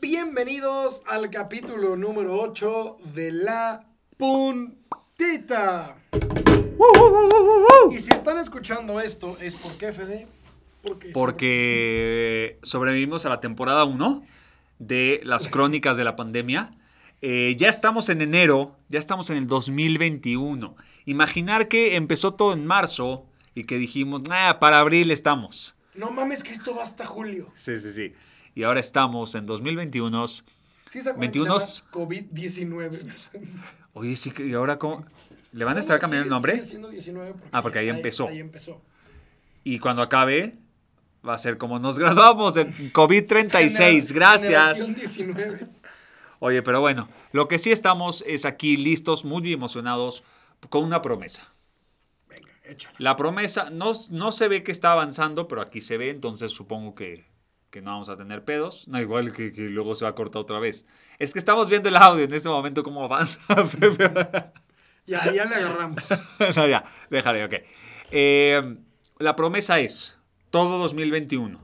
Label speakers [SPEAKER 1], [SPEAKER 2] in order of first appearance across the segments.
[SPEAKER 1] Bienvenidos al capítulo número 8 de La Puntita. Y si están escuchando esto, es porque FD. Porque.
[SPEAKER 2] Porque sobrevivimos a la temporada 1 de las crónicas de la pandemia. Eh, ya estamos en enero, ya estamos en el 2021. Imaginar que empezó todo en marzo y que dijimos, "Nah, para abril estamos.
[SPEAKER 1] No mames, que esto va hasta julio.
[SPEAKER 2] Sí, sí, sí. Y ahora estamos en 2021.
[SPEAKER 1] ¿Sí se acuerdan que se
[SPEAKER 2] 21?
[SPEAKER 1] llama COVID-19.
[SPEAKER 2] Oye, sí, que- ¿y ahora cómo? ¿Le van a estar cambiando el
[SPEAKER 1] Sigue-
[SPEAKER 2] nombre?
[SPEAKER 1] sigue siendo 19
[SPEAKER 2] Ah, porque ahí empezó.
[SPEAKER 1] Ahí empezó.
[SPEAKER 2] Y cuando acabe, va a ser como nos graduamos de COVID-36.
[SPEAKER 1] Genera-
[SPEAKER 2] Gracias.
[SPEAKER 1] generación 19.
[SPEAKER 2] Oye, pero bueno, lo que sí estamos es aquí listos, muy emocionados, con una promesa.
[SPEAKER 1] Venga, échala.
[SPEAKER 2] La promesa no, no se ve que está avanzando, pero aquí se ve, entonces supongo que, que no vamos a tener pedos. No, igual que, que luego se va a cortar otra vez. Es que estamos viendo el audio en este momento, cómo avanza. Pepe.
[SPEAKER 1] Ya, ya le agarramos.
[SPEAKER 2] no, ya, déjale, ok. Eh, la promesa es, todo 2021,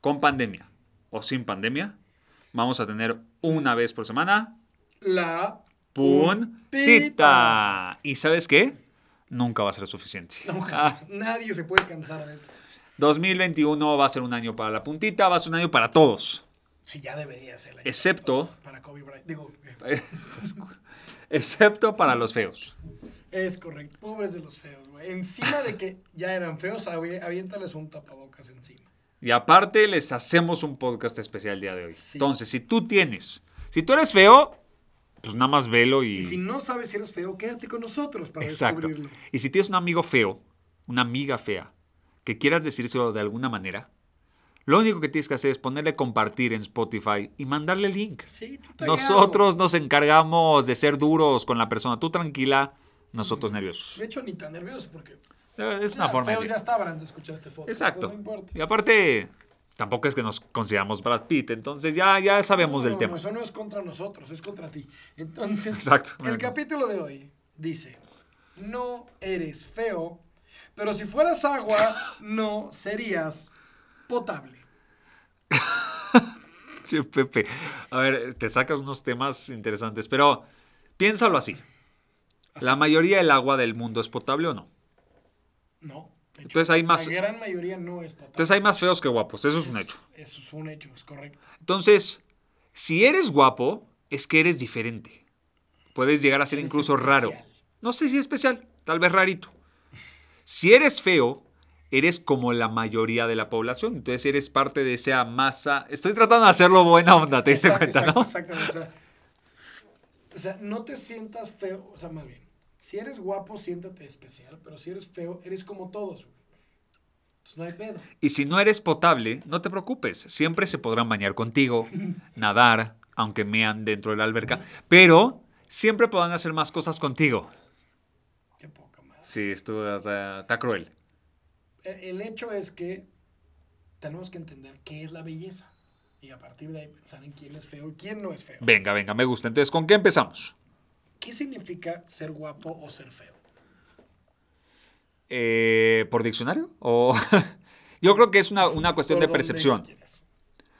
[SPEAKER 2] con pandemia o sin pandemia, vamos a tener una vez por semana
[SPEAKER 1] La
[SPEAKER 2] puntita. ¿Y sabes qué? Nunca va a ser suficiente.
[SPEAKER 1] No,
[SPEAKER 2] Ah,
[SPEAKER 1] Nadie se puede cansar de esto.
[SPEAKER 2] 2021 va a ser un año para la puntita, va a ser un año para todos,
[SPEAKER 1] Sí, ya debería ser. la-
[SPEAKER 2] excepto,
[SPEAKER 1] Para Kobe Bryant. Digo,
[SPEAKER 2] excepto para los feos.
[SPEAKER 1] es correcto. Pobres de los feos, güey. Encima de que ya eran feos, avi- aviéntales un tapabocas encima.
[SPEAKER 2] Y aparte les hacemos un podcast especial el día de hoy.
[SPEAKER 1] Sí.
[SPEAKER 2] Entonces, si tú tienes, si tú eres feo, pues nada más velo y...
[SPEAKER 1] Y si no sabes si eres feo, quédate con nosotros para
[SPEAKER 2] Exacto.
[SPEAKER 1] descubrirlo.
[SPEAKER 2] Y si tienes un amigo feo, una amiga fea, que quieras decírselo de alguna manera, lo único que tienes que hacer es ponerle compartir en Spotify y mandarle el link.
[SPEAKER 1] Sí, tú taguealo.
[SPEAKER 2] Nosotros nos encargamos de ser duros con la persona. Tú tranquila, nosotros nerviosos.
[SPEAKER 1] De hecho, ni tan nervioso porque
[SPEAKER 2] Eh, Es una
[SPEAKER 1] ya,
[SPEAKER 2] forma de
[SPEAKER 1] feos ya
[SPEAKER 2] decir.
[SPEAKER 1] estaban antes de escuchar este foto.
[SPEAKER 2] Exacto.
[SPEAKER 1] No importa.
[SPEAKER 2] Y aparte, tampoco es que nos consideramos Brad Pitt, entonces ya, ya sabemos
[SPEAKER 1] No,
[SPEAKER 2] del
[SPEAKER 1] no,
[SPEAKER 2] tema.
[SPEAKER 1] no, eso no es contra nosotros, es contra ti. Entonces,
[SPEAKER 2] Exacto.
[SPEAKER 1] el capítulo de hoy dice, no eres feo, pero si fueras agua, no serías potable.
[SPEAKER 2] Che, Pepe, a ver, te sacas unos temas interesantes, pero piénsalo así. ¿La mayoría del agua del mundo es potable o no?
[SPEAKER 1] No. de hecho,
[SPEAKER 2] Entonces hay más-
[SPEAKER 1] La gran mayoría no es potable.
[SPEAKER 2] Entonces hay más feos que guapos, eso es un hecho.
[SPEAKER 1] Eso es un hecho, es correcto.
[SPEAKER 2] Entonces, si eres guapo, es que eres diferente. Puedes llegar a ser
[SPEAKER 1] Eres
[SPEAKER 2] incluso
[SPEAKER 1] especial.
[SPEAKER 2] raro. No sé si especial, tal vez rarito. Si eres feo, eres como la mayoría de la población. Entonces eres parte de esa masa. Estoy tratando de hacerlo buena onda, te diste
[SPEAKER 1] Exacto,
[SPEAKER 2] cuenta,
[SPEAKER 1] exacto,
[SPEAKER 2] ¿no?
[SPEAKER 1] Exactamente. O sea, o sea, no te sientas feo, o sea, más bien, si eres guapo, siéntate especial, pero si eres feo, eres como todos. güey. Entonces no hay pedo.
[SPEAKER 2] Y si no eres potable, no te preocupes. Siempre se podrán bañar contigo, nadar, aunque mean dentro de la alberca. Pero siempre podrán hacer más cosas contigo.
[SPEAKER 1] Qué poca más.
[SPEAKER 2] Sí, esto está- está cruel.
[SPEAKER 1] E- El hecho es que tenemos que entender qué es la belleza. Y a partir de ahí pensar en quién es feo y quién no es feo.
[SPEAKER 2] Venga, venga, me gusta. Entonces, ¿con qué empezamos?
[SPEAKER 1] ¿Qué significa ser guapo o ser feo?
[SPEAKER 2] Eh, ¿Por diccionario? O... Yo creo que es una, una cuestión
[SPEAKER 1] Por
[SPEAKER 2] de
[SPEAKER 1] donde
[SPEAKER 2] percepción.
[SPEAKER 1] quieras.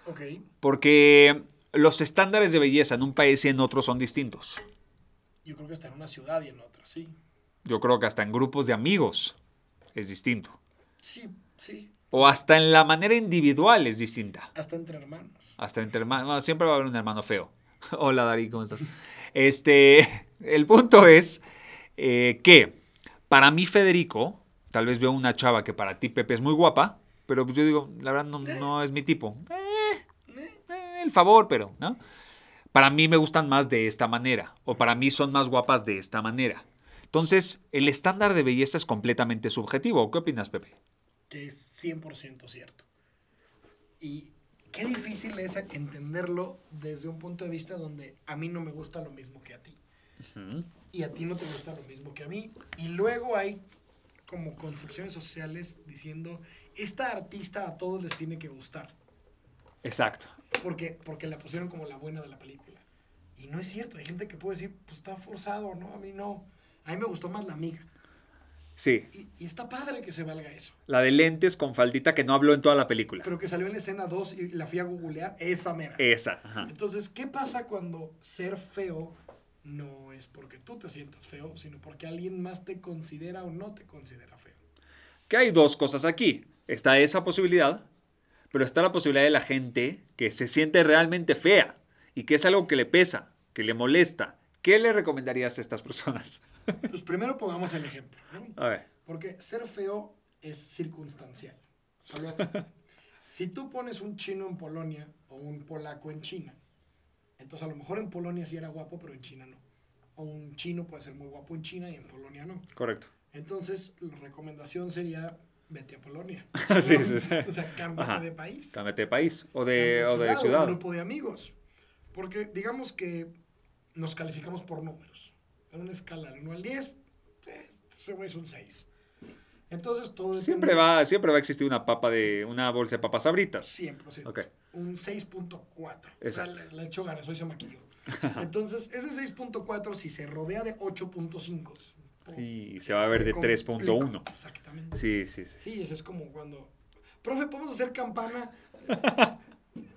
[SPEAKER 1] Ok.
[SPEAKER 2] Porque los estándares de belleza en un país y en otro son distintos.
[SPEAKER 1] Yo creo que está en una ciudad y en otra, sí.
[SPEAKER 2] Yo creo que hasta en grupos de amigos es distinto.
[SPEAKER 1] Sí, sí.
[SPEAKER 2] O hasta en la manera individual es distinta.
[SPEAKER 1] Hasta entre hermanos.
[SPEAKER 2] Hasta entre hermanos. no, siempre va a haber un hermano feo. Hola, Darí, ¿cómo estás? Este, el punto es eh, que para mí, Federico, tal vez veo una chava que para ti, Pepe, es muy guapa, pero pues yo digo, la verdad no, no es mi tipo. Eh, eh, el favor, pero, ¿no? Para mí me gustan más de esta manera, o para mí son más guapas de esta manera. Entonces, el estándar de belleza es completamente subjetivo. ¿Qué opinas, Pepe?
[SPEAKER 1] que es 100% cierto. Y qué difícil es entenderlo desde un punto de vista donde a mí no me gusta lo mismo que a ti. Y a ti no te gusta lo mismo que a mí. Y luego hay como concepciones sociales diciendo, esta artista a todos les tiene que gustar.
[SPEAKER 2] Exacto.
[SPEAKER 1] Porque, porque la pusieron como la buena de la película. Y no es cierto. Hay gente que puede decir, pues está forzado, ¿no? A mí no. A mí me gustó más la amiga.
[SPEAKER 2] Sí.
[SPEAKER 1] Y, y está padre que se valga eso.
[SPEAKER 2] La de lentes con faldita que no habló en toda la película.
[SPEAKER 1] Pero que salió en la escena 2 y la fui a googlear, esa mera.
[SPEAKER 2] Esa. Ajá.
[SPEAKER 1] Entonces, ¿qué pasa cuando ser feo no es porque tú te sientas feo, sino porque alguien más te considera o no te considera feo?
[SPEAKER 2] Que hay dos cosas aquí. Está esa posibilidad, pero está la posibilidad de la gente que se siente realmente fea y que es algo que le pesa, que le molesta. ¿Qué le recomendarías a estas personas?
[SPEAKER 1] Pues primero pongamos el ejemplo. ¿no?
[SPEAKER 2] A ver.
[SPEAKER 1] Porque ser feo es circunstancial. Solo- si tú pones un chino en Polonia o un polaco en China, entonces a lo mejor en Polonia sí era guapo, pero en China no. O un chino puede ser muy guapo en China y en Polonia no.
[SPEAKER 2] Correcto.
[SPEAKER 1] Entonces, la recomendación sería vete a Polonia.
[SPEAKER 2] Sí, sí, sí.
[SPEAKER 1] O sea, cámbiate
[SPEAKER 2] Ajá.
[SPEAKER 1] de país.
[SPEAKER 2] Cámbiate de país o de, o
[SPEAKER 1] cambia
[SPEAKER 2] de ciudad.
[SPEAKER 1] Un grupo de amigos. Porque digamos que nos calificamos por números. En una escala del 1 al 10, eh, ese güey es un 6. Entonces todo depende-
[SPEAKER 2] Siempre va, siempre va a existir una papa de una bolsa de papas abritas.
[SPEAKER 1] 100%.
[SPEAKER 2] Ok.
[SPEAKER 1] Un 6.4.
[SPEAKER 2] Exacto.
[SPEAKER 1] O sea, le, le echó ganas, hoy se maquilló. Entonces, ese 6.4, si se rodea de 8.5. po-
[SPEAKER 2] Y se va a ver de
[SPEAKER 1] complica.
[SPEAKER 2] 3.1.
[SPEAKER 1] Exactamente.
[SPEAKER 2] Sí, sí, sí.
[SPEAKER 1] Sí, eso es como cuando. Profe, ¿podemos hacer campana?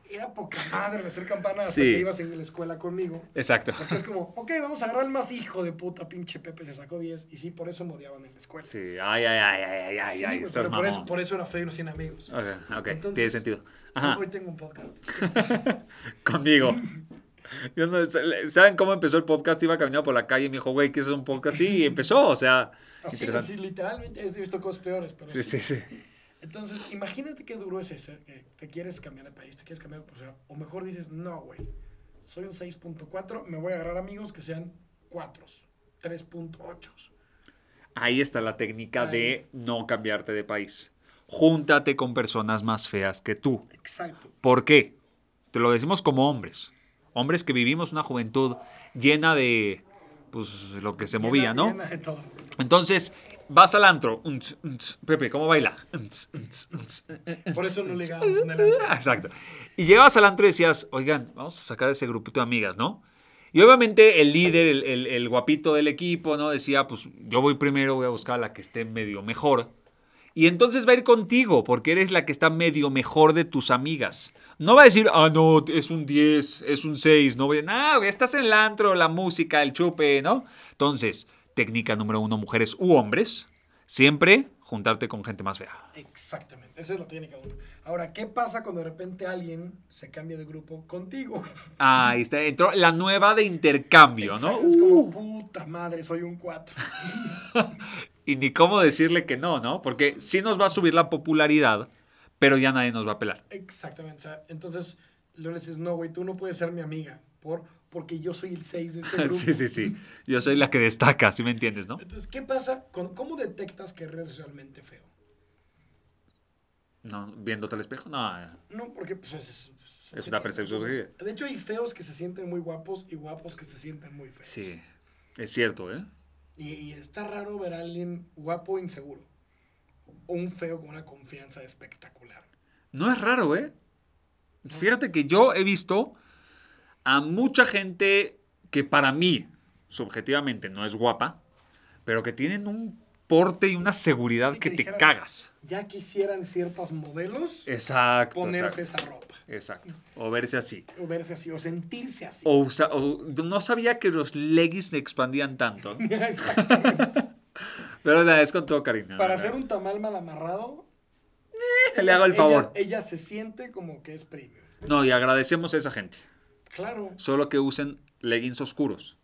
[SPEAKER 1] Era poca madre hacer campana hasta
[SPEAKER 2] Sí.
[SPEAKER 1] que ibas en la escuela conmigo.
[SPEAKER 2] Exacto.
[SPEAKER 1] Porque es como, ok, vamos a agarrar el más hijo de puta, pinche Pepe le sacó 10. Y sí, por eso me odiaban en la escuela.
[SPEAKER 2] Sí, ay, ay, ay, ay, ay, ay,
[SPEAKER 1] Sí,
[SPEAKER 2] ay,
[SPEAKER 1] güey,
[SPEAKER 2] estás
[SPEAKER 1] pero por eso,
[SPEAKER 2] mamón.
[SPEAKER 1] por eso era feo y no sin amigos.
[SPEAKER 2] Ok, ok, tiene
[SPEAKER 1] Entonces,
[SPEAKER 2] sentido. Ajá,
[SPEAKER 1] Hoy tengo un podcast.
[SPEAKER 2] conmigo. Yo no- ¿Saben cómo empezó el podcast? Iba caminando por la calle y me dijo, güey, ¿qué es un podcast? Sí, y empezó, o sea,
[SPEAKER 1] Así,
[SPEAKER 2] interesante.
[SPEAKER 1] así, literalmente he visto cosas peores. Pero
[SPEAKER 2] Sí, sí, sí.
[SPEAKER 1] Entonces, imagínate qué duro es ese, que te quieres cambiar de país, te quieres cambiar de profesión, o mejor dices, no, güey, soy un 6.4, me voy a agarrar amigos que sean 4, 3.8.
[SPEAKER 2] Ahí está la técnica
[SPEAKER 1] Ahí.
[SPEAKER 2] de no cambiarte de país. Júntate con personas más feas que tú.
[SPEAKER 1] Exacto.
[SPEAKER 2] ¿Por qué? Te lo decimos como hombres. Hombres que vivimos una juventud llena de pues lo que se
[SPEAKER 1] Llena-
[SPEAKER 2] movía, ¿no?
[SPEAKER 1] llena de todo.
[SPEAKER 2] Entonces, vas al antro. Unts, unts. Pepe, ¿cómo baila? Unts, unts, unts.
[SPEAKER 1] Por eso no ligamos en el antro.
[SPEAKER 2] Exacto. Y llegabas al antro y decías, oigan, vamos a sacar ese grupito de amigas, ¿no? Y obviamente el líder, el, el- el guapito del equipo, ¿no? Decía, pues yo voy primero, voy a buscar a la que esté medio mejor. Y entonces va a ir contigo, porque eres la que está medio mejor de tus amigas. No va a decir, ah, no, es un 10, es un 6, no voy a... No, güey, estás en el antro, la música, el chupe, ¿no? Entonces, técnica número uno, mujeres u hombres, siempre juntarte con gente más fea.
[SPEAKER 1] Exactamente, esa es la técnica uno. Ahora, ¿qué pasa cuando de repente alguien se cambia de grupo contigo?
[SPEAKER 2] Ahí está, entró la nueva de intercambio, ¿no?
[SPEAKER 1] Exacto, Es como,
[SPEAKER 2] Uh,
[SPEAKER 1] puta madre, soy un 4.
[SPEAKER 2] y ni cómo decirle que no, ¿no? Porque sí nos va a subir la popularidad, pero ya nadie nos va a pelar.
[SPEAKER 1] Exactamente. o sea, entonces, le dices, no, güey, tú no puedes ser mi amiga. Por, porque yo soy el 6 de este grupo.
[SPEAKER 2] Sí, sí, sí. Yo soy la que destaca, si me entiendes, ¿no?
[SPEAKER 1] Entonces, ¿qué pasa? con- ¿Cómo detectas que eres realmente feo?
[SPEAKER 2] No, viéndote al espejo, no.
[SPEAKER 1] No, porque pues es... Es,
[SPEAKER 2] Es una percepción
[SPEAKER 1] Entonces,
[SPEAKER 2] subjetiva.
[SPEAKER 1] De hecho, hay feos que se sienten muy guapos y guapos que se sienten muy feos.
[SPEAKER 2] Sí, es cierto, ¿eh?
[SPEAKER 1] Y, y está raro ver a alguien guapo e inseguro. O un feo con una confianza espectacular.
[SPEAKER 2] No es raro, ¿eh? Fíjate que yo he visto a mucha gente que para mí, subjetivamente, no es guapa, pero que tienen un porte y una seguridad
[SPEAKER 1] Sí,
[SPEAKER 2] que,
[SPEAKER 1] que
[SPEAKER 2] te
[SPEAKER 1] dijeras-
[SPEAKER 2] cagas.
[SPEAKER 1] Ya quisieran ciertos modelos
[SPEAKER 2] Exacto.
[SPEAKER 1] ponerse
[SPEAKER 2] exacto.
[SPEAKER 1] esa ropa.
[SPEAKER 2] Exacto. O verse así.
[SPEAKER 1] O verse así, o sentirse así.
[SPEAKER 2] O, usa- o- no sabía que los leggings se expandían tanto. ¿no?
[SPEAKER 1] Exactamente.
[SPEAKER 2] Pero nada, es con todo cariño.
[SPEAKER 1] Para
[SPEAKER 2] la
[SPEAKER 1] hacer
[SPEAKER 2] verdad.
[SPEAKER 1] un tamal mal amarrado.
[SPEAKER 2] Ah. Le hago el
[SPEAKER 1] ella-
[SPEAKER 2] favor.
[SPEAKER 1] Ella, se siente como que es premium.
[SPEAKER 2] No, y agradecemos a esa gente.
[SPEAKER 1] Claro.
[SPEAKER 2] Solo que usen leggings oscuros.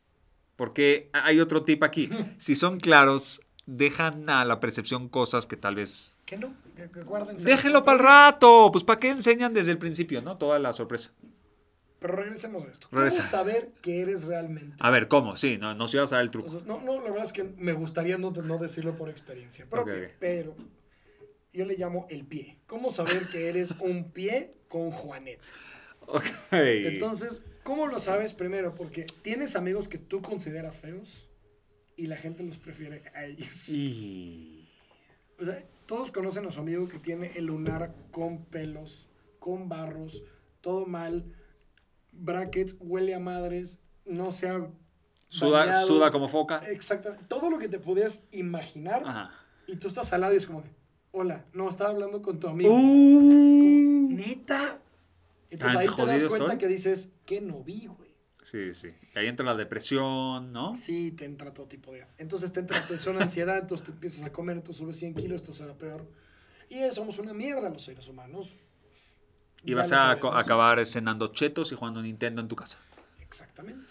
[SPEAKER 2] Porque hay otro tip aquí. Si son claros, dejan a la percepción cosas que tal vez...
[SPEAKER 1] Que no, que, que guárdense.
[SPEAKER 2] Déjenlo para el rato. Pues ¿para qué enseñan desde el principio, no? Toda la sorpresa.
[SPEAKER 1] Pero regresemos a esto. ¿Cómo
[SPEAKER 2] Regresa.
[SPEAKER 1] saber que eres realmente?
[SPEAKER 2] A ver, ¿cómo? Sí, no, nos ibas a dar el truco.
[SPEAKER 1] Entonces, no, no, la verdad es que me gustaría no, no decirlo por experiencia propia,
[SPEAKER 2] Ok, ok.
[SPEAKER 1] pero yo le llamo el pie. ¿Cómo saber que eres un pie con juanetas?
[SPEAKER 2] Ok.
[SPEAKER 1] Entonces, ¿cómo lo sabes primero? Porque tienes amigos que tú consideras feos y la gente los prefiere a ellos.
[SPEAKER 2] Y...
[SPEAKER 1] O sea, todos conocen a su amigo que tiene el lunar con pelos, con barros, todo mal, brackets, huele a madres, no se ha
[SPEAKER 2] Suda,
[SPEAKER 1] bañado.
[SPEAKER 2] suda como foca.
[SPEAKER 1] Exactamente. Todo lo que te podías imaginar
[SPEAKER 2] Ajá.
[SPEAKER 1] Y tú estás al lado y es como, de, hola, no, estaba hablando con tu amigo.
[SPEAKER 2] Uh.
[SPEAKER 1] Neta. Entonces
[SPEAKER 2] Tan
[SPEAKER 1] ahí te das
[SPEAKER 2] jodido
[SPEAKER 1] cuenta
[SPEAKER 2] estoy.
[SPEAKER 1] que dices, que no vi, güey.
[SPEAKER 2] Sí, sí. Ahí entra la depresión, ¿no?
[SPEAKER 1] Sí, te entra todo tipo de... Entonces te entra la presión, ansiedad, entonces te empiezas a comer, entonces subes 100 kilos, esto será peor. Y eh, somos una mierda los seres humanos.
[SPEAKER 2] Y
[SPEAKER 1] Ya
[SPEAKER 2] vas
[SPEAKER 1] lo
[SPEAKER 2] a
[SPEAKER 1] sabemos.
[SPEAKER 2] co- acabar cenando chetos y jugando Nintendo en tu casa.
[SPEAKER 1] Exactamente.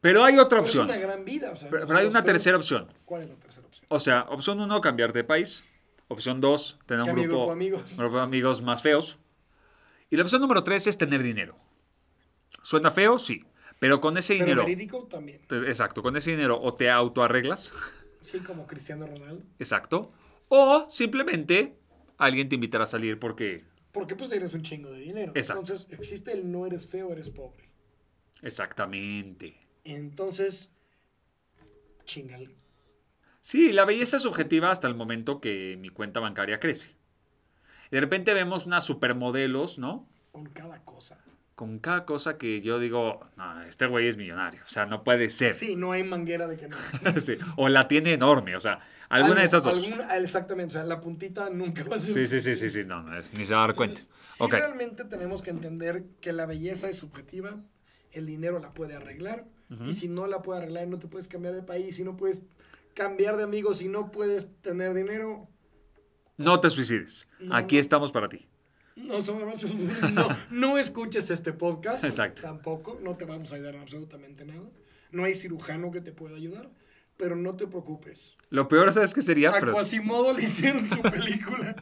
[SPEAKER 2] Pero hay otra
[SPEAKER 1] Pero es
[SPEAKER 2] opción.
[SPEAKER 1] una gran vida. o sea,
[SPEAKER 2] Pero,
[SPEAKER 1] los-
[SPEAKER 2] pero hay
[SPEAKER 1] los
[SPEAKER 2] una
[SPEAKER 1] fueron-
[SPEAKER 2] tercera opción.
[SPEAKER 1] ¿Cuál es la tercera opción?
[SPEAKER 2] O sea, opción uno, cambiar de país. Opción dos, tener un
[SPEAKER 1] Cambio de
[SPEAKER 2] grupo,
[SPEAKER 1] grupo de amigos.
[SPEAKER 2] grupo de amigos más feos. Y la opción número tres es tener dinero. ¿Suena feo? Sí. Pero con ese
[SPEAKER 1] Pero
[SPEAKER 2] dinero...
[SPEAKER 1] verídico también.
[SPEAKER 2] te- Exacto, con ese dinero o te autoarreglas.
[SPEAKER 1] Sí, como Cristiano Ronaldo.
[SPEAKER 2] Exacto. O simplemente alguien te invitará a salir porque...
[SPEAKER 1] Porque pues tienes un chingo de dinero.
[SPEAKER 2] Exacto.
[SPEAKER 1] Entonces existe el no eres feo, eres pobre.
[SPEAKER 2] Exactamente.
[SPEAKER 1] Entonces, chingale.
[SPEAKER 2] Sí, la belleza es subjetiva hasta el momento que mi cuenta bancaria crece. Y de repente vemos unas supermodelos, ¿no?
[SPEAKER 1] Con cada cosa.
[SPEAKER 2] Con cada cosa que yo digo, no, este güey es millonario, o sea, no puede ser.
[SPEAKER 1] Sí, no hay manguera de que no.
[SPEAKER 2] Sí, O la tiene enorme, o sea,
[SPEAKER 1] Algo,
[SPEAKER 2] alguna de esas dos.
[SPEAKER 1] alguna- ah, exactamente, o sea, la puntita nunca va a ser.
[SPEAKER 2] Sí, sí, sí, sí, sí, no, no, ni se va a dar cuenta.
[SPEAKER 1] Sí,
[SPEAKER 2] Ok,
[SPEAKER 1] realmente tenemos que entender que la belleza es subjetiva, el dinero la puede arreglar, y si no la puede arreglar, no te puedes cambiar de país, si no puedes cambiar de amigos, si no puedes tener dinero,
[SPEAKER 2] no te suicides.
[SPEAKER 1] No,
[SPEAKER 2] Aquí
[SPEAKER 1] no.
[SPEAKER 2] estamos para ti.
[SPEAKER 1] no, somos más- no, no escuches este podcast,
[SPEAKER 2] Exacto.
[SPEAKER 1] tampoco, no te vamos a ayudar en absolutamente nada, no hay cirujano que te pueda ayudar, pero no te preocupes.
[SPEAKER 2] Lo peor, ¿sabes qué sería?
[SPEAKER 1] A
[SPEAKER 2] Pero-
[SPEAKER 1] Quasimodo le hicieron su película.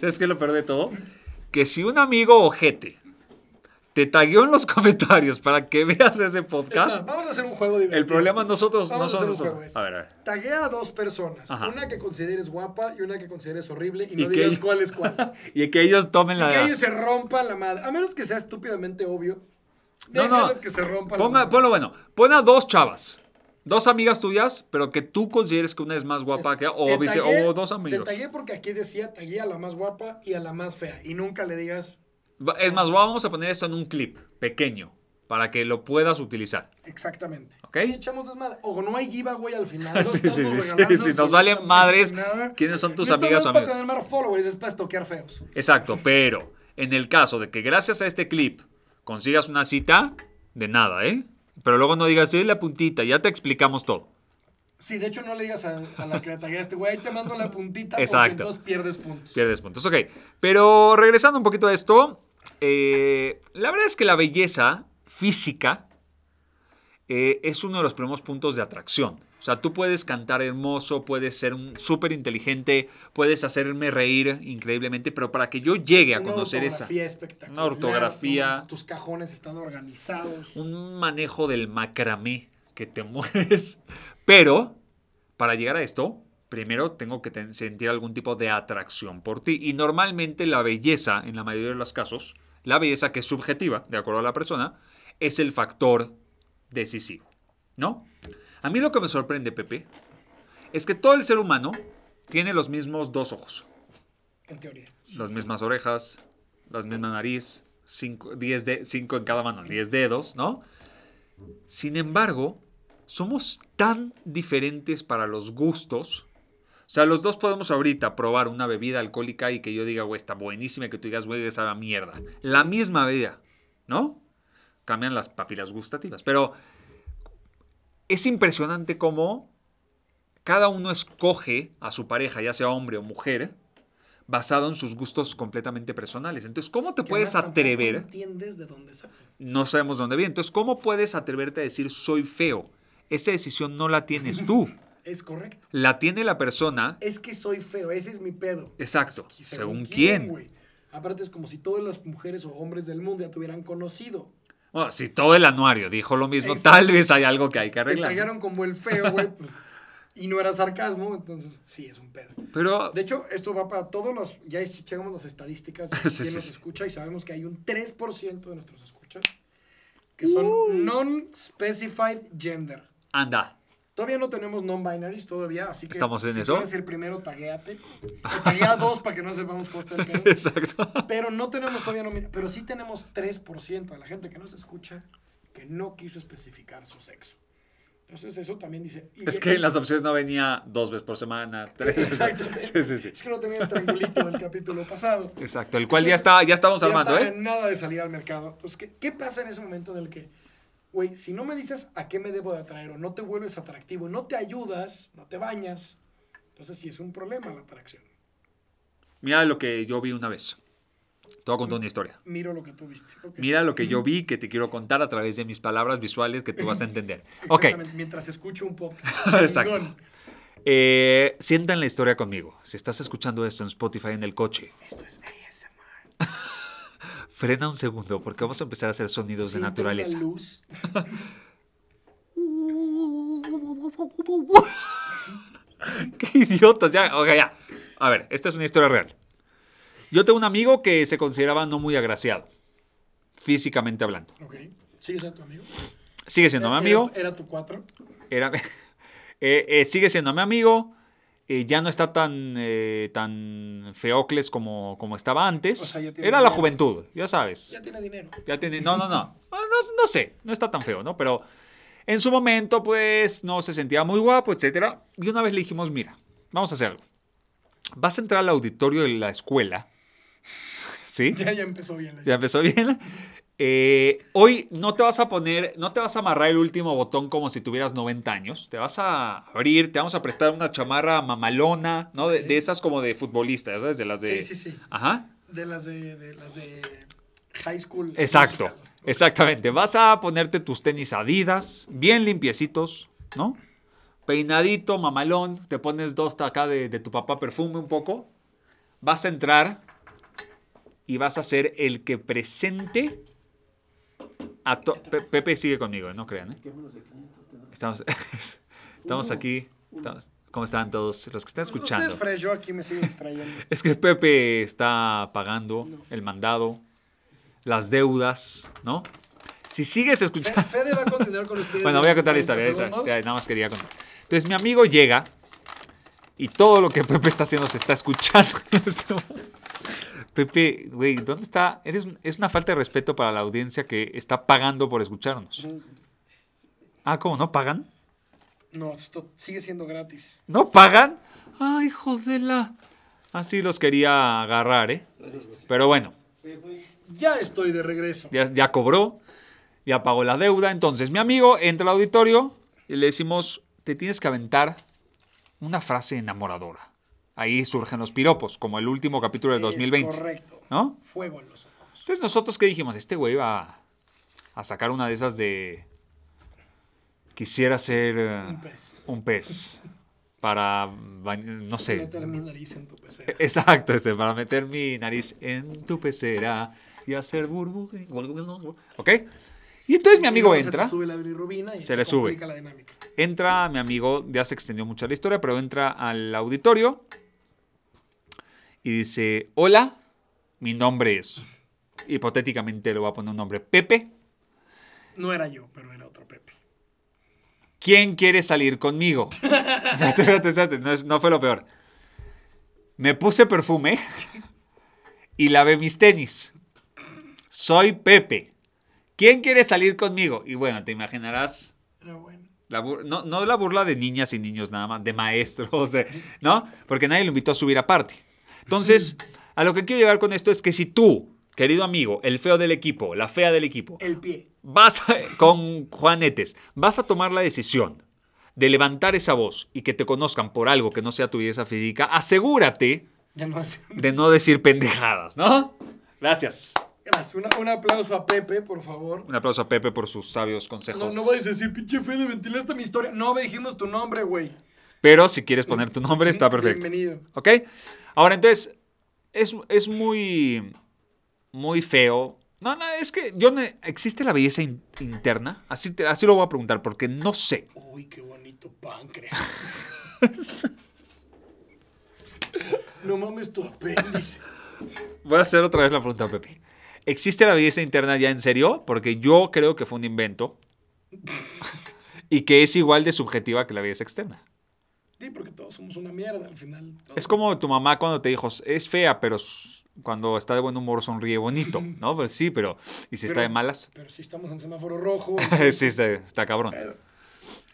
[SPEAKER 2] ¿Sabes qué es lo peor de todo? Que si un amigo ojete te tagueó en los comentarios para que veas ese
[SPEAKER 1] Es más,
[SPEAKER 2] podcast,
[SPEAKER 1] vamos a hacer un juego divertido.
[SPEAKER 2] el problema nosotros no
[SPEAKER 1] Vamos a
[SPEAKER 2] somos
[SPEAKER 1] hacer un juego
[SPEAKER 2] nosotros.
[SPEAKER 1] ese.
[SPEAKER 2] A ver, a ver.
[SPEAKER 1] Taguea a dos personas,
[SPEAKER 2] Ajá.
[SPEAKER 1] una que consideres guapa y una que consideres horrible y
[SPEAKER 2] ¿Y
[SPEAKER 1] no
[SPEAKER 2] qué?
[SPEAKER 1] digas cuál es cuál.
[SPEAKER 2] Y que ellos tomen
[SPEAKER 1] y
[SPEAKER 2] la...
[SPEAKER 1] que ellos se rompa la madre, a menos que sea estúpidamente obvio.
[SPEAKER 2] No, no.
[SPEAKER 1] déjales que se rompa
[SPEAKER 2] Ponga-
[SPEAKER 1] la madre.
[SPEAKER 2] ponlo bueno. Pon a dos chavas. Dos amigas tuyas, pero que tú consideres que una es más guapa que... O,
[SPEAKER 1] Te
[SPEAKER 2] vice-
[SPEAKER 1] tagué-
[SPEAKER 2] o dos amigos.
[SPEAKER 1] Te tagué porque aquí decía tagué a la más guapa y a la más fea y nunca le digas
[SPEAKER 2] Va- Es más, vamos a poner esto en un clip pequeño para que lo puedas utilizar.
[SPEAKER 1] exacamente.
[SPEAKER 2] ¿Ok?
[SPEAKER 1] Y echamos desmadre. Ojo, no hay giveaway al final. no
[SPEAKER 2] Sí, sí,
[SPEAKER 1] estamos
[SPEAKER 2] sí, sí,
[SPEAKER 1] regalando
[SPEAKER 2] sí, nos vale
[SPEAKER 1] absolutamente
[SPEAKER 2] madres
[SPEAKER 1] nada.
[SPEAKER 2] quiénes son tus
[SPEAKER 1] No
[SPEAKER 2] amigas
[SPEAKER 1] estamos
[SPEAKER 2] o
[SPEAKER 1] para
[SPEAKER 2] amigos.
[SPEAKER 1] tener más followers, es para estoquear feos.
[SPEAKER 2] Exacto, pero en el caso de que gracias a este clip consigas una cita, de nada, ¿eh? Pero luego no digas, sí, la puntita, ya te explicamos todo.
[SPEAKER 1] Sí, de hecho no le digas a, a la que le tagueaste, güey, ahí te mando la puntita porque
[SPEAKER 2] Exacto.
[SPEAKER 1] entonces pierdes puntos.
[SPEAKER 2] Pierdes puntos, ok. Pero regresando un poquito a esto, eh, la verdad es que la belleza física eh, es uno de los primeros puntos de atracción. O sea, tú puedes cantar hermoso, puedes ser un súper inteligente, puedes hacerme reír increíblemente, pero para que yo llegue a conocer
[SPEAKER 1] una
[SPEAKER 2] esa...
[SPEAKER 1] ortografía espectacular.
[SPEAKER 2] Una ortografía.
[SPEAKER 1] tu- Tus cajones están organizados.
[SPEAKER 2] un manejo del macramé que te mueres. Pero para llegar a esto, primero tengo que ten- sentir algún tipo de atracción por ti. Y normalmente la belleza, en la mayoría de los casos, la belleza que es subjetiva, de acuerdo a la persona, es el factor decisivo. ¿No? A mí lo que me sorprende, Pepe, es que todo el ser humano tiene los mismos dos ojos,
[SPEAKER 1] En teoría.
[SPEAKER 2] las mismas orejas, las mismas nariz, 5 en cada mano, 10 dedos, ¿no? Sin embargo, somos tan diferentes para los gustos. O sea, los dos podemos ahorita probar una bebida alcohólica y que yo diga, güey, está buenísima, y que tú digas, güey, sabe a mierda. La misma bebida, ¿no? Cambian las papilas gustativas. Pero es impresionante cómo cada uno escoge a su pareja, ya sea hombre o mujer, basado en sus gustos completamente personales. Entonces, ¿cómo te
[SPEAKER 1] Que
[SPEAKER 2] puedes
[SPEAKER 1] además tampoco
[SPEAKER 2] atrever?
[SPEAKER 1] entiendes de dónde sale.
[SPEAKER 2] no sabemos dónde viene. Entonces, ¿cómo puedes atreverte a decir soy feo? Esa decisión no la tienes tú,
[SPEAKER 1] Es correcto.
[SPEAKER 2] la tiene la persona.
[SPEAKER 1] Es que soy feo, ese es mi pedo.
[SPEAKER 2] Exacto,
[SPEAKER 1] Y
[SPEAKER 2] según quién.
[SPEAKER 1] güey. Aparte es como si todas las mujeres o hombres del mundo ya te hubieran conocido.
[SPEAKER 2] Bueno, si todo el anuario dijo lo mismo,
[SPEAKER 1] Exacto.
[SPEAKER 2] tal vez hay algo que hay que
[SPEAKER 1] Te
[SPEAKER 2] arreglar.
[SPEAKER 1] tallaron como el feo, güey, pues, y no era sarcasmo, entonces sí, es un pedo.
[SPEAKER 2] Pero,
[SPEAKER 1] De hecho, esto va para todos los. Ya echamos las estadísticas de
[SPEAKER 2] Sí,
[SPEAKER 1] quién
[SPEAKER 2] sí,
[SPEAKER 1] nos
[SPEAKER 2] sí.
[SPEAKER 1] escucha y sabemos que hay un 3% de nuestros escuchas que
[SPEAKER 2] Uh.
[SPEAKER 1] son non-specified gender.
[SPEAKER 2] anda,
[SPEAKER 1] Todavía no tenemos non-binaries, todavía, así que.
[SPEAKER 2] ¿Estamos en
[SPEAKER 1] si
[SPEAKER 2] eso?
[SPEAKER 1] tú eres el primero, taguéate. O taguea a dos para que no sepamos cómo está el pedo.
[SPEAKER 2] exacto.
[SPEAKER 1] Pero no tenemos todavía non Pero sí tenemos 3% de la gente que nos escucha que no quiso especificar su sexo. Entonces eso también dice... y-
[SPEAKER 2] Es que en las opciones no venía dos veces por semana, tres veces.
[SPEAKER 1] Exacto.
[SPEAKER 2] Sí, sí, sí.
[SPEAKER 1] Es que no tenía el triangulito del capítulo pasado.
[SPEAKER 2] Exacto, el cual ya, está, ya estábamos
[SPEAKER 1] Ya
[SPEAKER 2] armando,
[SPEAKER 1] estaba
[SPEAKER 2] ¿eh?
[SPEAKER 1] en nada de salir al mercado. Entonces, ¿qué, qué pasa en ese momento en el que, güey, si no me dices a qué me debo de atraer o no te vuelves atractivo, no te ayudas, no te bañas, entonces sí es un problema la atracción.
[SPEAKER 2] Mira lo que yo vi una vez. Te voy a contar una historia.
[SPEAKER 1] Miro lo que tú viste. Ok.
[SPEAKER 2] Mira lo que yo vi que te quiero contar a través de mis palabras visuales que tú vas a entender. Ok,
[SPEAKER 1] Exactamente, Mientras escucho un podcast.
[SPEAKER 2] Exacto.
[SPEAKER 1] Chingón.
[SPEAKER 2] eh, sientan la historia conmigo. Si estás escuchando esto en Spotify en el coche,
[SPEAKER 1] Esto es ASMR.
[SPEAKER 2] frena un segundo porque vamos a empezar a hacer sonidos
[SPEAKER 1] Siento
[SPEAKER 2] de
[SPEAKER 1] una
[SPEAKER 2] naturaleza.
[SPEAKER 1] luz.
[SPEAKER 2] ¡Qué idiotas! Ya, ok, ya. A ver, esta es una historia real. Yo tengo un amigo que se consideraba no muy agraciado, físicamente hablando.
[SPEAKER 1] Ok. ¿Sigues a tu amigo?
[SPEAKER 2] Sigue siendo mi
[SPEAKER 1] Era-
[SPEAKER 2] amigo.
[SPEAKER 1] Era, tu cuatro.
[SPEAKER 2] Era, eh, eh, sigue siendo mi amigo. eh, ya no está tan, eh, tan feocles como, como estaba antes.
[SPEAKER 1] O sea, ya tiene
[SPEAKER 2] Era la
[SPEAKER 1] dinero.
[SPEAKER 2] juventud, ya sabes.
[SPEAKER 1] Ya tiene dinero.
[SPEAKER 2] Ya tiene. No, no, no. Ah, No, no sé. No está tan feo, ¿no? Pero en su momento, pues, no se sentía muy guapo, etcétera. Y una vez le dijimos, mira, vamos a hacer algo. Vas a entrar al auditorio de la escuela. ¿Sí?
[SPEAKER 1] Ya, ya empezó bien la
[SPEAKER 2] Ya empezó bien. Eh, hoy no te vas a poner, no te vas a amarrar el último botón como si tuvieras 90 años. Te vas a abrir, te vamos a prestar una chamarra mamalona, ¿no? De, de esas como de futbolista, ya ¿sabes? De las de.
[SPEAKER 1] Sí, sí, sí.
[SPEAKER 2] Ajá.
[SPEAKER 1] De las de, de las de high school.
[SPEAKER 2] Exacto,
[SPEAKER 1] musical.
[SPEAKER 2] exactamente. Vas a ponerte tus tenis adidas, bien limpiecitos, ¿no? Peinadito, mamalón, te pones dos acá de, de tu papá perfume un poco. Vas a entrar y vas a ser el que presente a to- Pe- Pepe sigue conmigo, no crean, ¿eh? Estamos, estamos aquí. estamos- ¿Cómo están todos los que están escuchando?
[SPEAKER 1] Pues, Ustedes fresh, yo aquí me sigo distrayendo.
[SPEAKER 2] Es que Pepe está pagando el mandado, las deudas, ¿no? Si sigues
[SPEAKER 1] Fe-
[SPEAKER 2] escuchando...
[SPEAKER 1] Fede va a continuar con ustedes.
[SPEAKER 2] Bueno, voy a contar la
[SPEAKER 1] los
[SPEAKER 2] historia.
[SPEAKER 1] 30
[SPEAKER 2] ya,
[SPEAKER 1] segundos.
[SPEAKER 2] ya, nada más quería contar. Entonces mi amigo llega y todo lo que Pepe está haciendo se está escuchando. este Pepe, güey, ¿dónde está? Eres, un- es una falta de respeto para la audiencia que está pagando por escucharnos. Ah, ¿cómo? ¿No pagan?
[SPEAKER 1] No, esto sigue siendo gratis.
[SPEAKER 2] ¿No pagan? Ay, hijos de la... Así los quería agarrar, ¿eh? Pero bueno.
[SPEAKER 1] Ya estoy de regreso.
[SPEAKER 2] ya, ya cobró, ya pagó la deuda. Entonces, mi amigo entra al auditorio y le decimos, te tienes que aventar una frase enamoradora. Ahí surgen los piropos, como el último capítulo del
[SPEAKER 1] Es
[SPEAKER 2] 2020.
[SPEAKER 1] correcto.
[SPEAKER 2] ¿No?
[SPEAKER 1] Fuego en los ojos.
[SPEAKER 2] Entonces, nosotros que dijimos, este güey va a- a sacar una de esas de... Quisiera ser eh,
[SPEAKER 1] Un pez.
[SPEAKER 2] un pez para, bañ- no sé,
[SPEAKER 1] Meter mi nariz en tu pecera.
[SPEAKER 2] Exacto, este, para meter mi nariz en tu pecera y hacer burbujas. ¿Ok? Y entonces mi amigo
[SPEAKER 1] Y luego Se
[SPEAKER 2] entra.
[SPEAKER 1] le sube la bilirrubina y
[SPEAKER 2] Se
[SPEAKER 1] se,
[SPEAKER 2] le sube.
[SPEAKER 1] complica la dinámica.
[SPEAKER 2] Entra mi amigo, ya se extendió mucho la historia, pero entra al auditorio y dice, hola, mi nombre es... Hipotéticamente le voy a poner un nombre, Pepe.
[SPEAKER 1] No era yo, pero era otro Pepe.
[SPEAKER 2] ¿Quién quiere salir conmigo? Espérate, espérate, espérate, no, es- no fue lo peor. Me puse perfume y lavé mis tenis. Soy Pepe. ¿Quién quiere salir conmigo? Y bueno, te imaginarás,
[SPEAKER 1] Pero bueno.
[SPEAKER 2] la bur- no, no la burla de niñas y niños nada más, de maestros, de- ¿no? Porque nadie lo invitó a subir aparte. Entonces, a lo que quiero llegar con esto es que si tú, querido amigo, el feo del equipo, la fea del equipo,
[SPEAKER 1] El pie.
[SPEAKER 2] vas a- con Juanetes, vas a tomar la decisión de levantar esa voz y que te conozcan por algo que no sea tu belleza física, asegúrate
[SPEAKER 1] Ya no hace.
[SPEAKER 2] de no decir pendejadas, ¿no? Gracias.
[SPEAKER 1] Gracias. Una- un aplauso a Pepe, por favor.
[SPEAKER 2] Un aplauso a Pepe por sus sabios consejos.
[SPEAKER 1] No, no vayas a decir, pinche Fede, ventilaste mi historia. No, dijimos tu nombre, güey.
[SPEAKER 2] Pero si quieres poner tu nombre, está perfecto.
[SPEAKER 1] Bienvenido.
[SPEAKER 2] ¿Ok? Ahora, entonces, es, es muy, muy feo. No, no, es que yo no- ¿Existe la belleza in- interna? Así, te- así lo voy a preguntar, porque no sé.
[SPEAKER 1] Uy, qué bonito páncreas. no mames tu apéndice.
[SPEAKER 2] Voy a hacer otra vez la pregunta, Pepe. ¿Existe la belleza interna ya en serio? Porque yo creo que fue un invento y que es igual de subjetiva que la belleza externa.
[SPEAKER 1] Sí, porque todos somos una mierda al final. todos-
[SPEAKER 2] Es como tu mamá cuando te dijo, es fea, pero s- cuando está de buen humor sonríe bonito, ¿no? Pues sí, pero ¿y si está
[SPEAKER 1] Pero-
[SPEAKER 2] de malas?
[SPEAKER 1] Pero si estamos en semáforo rojo.
[SPEAKER 2] sí, está, está cabrón.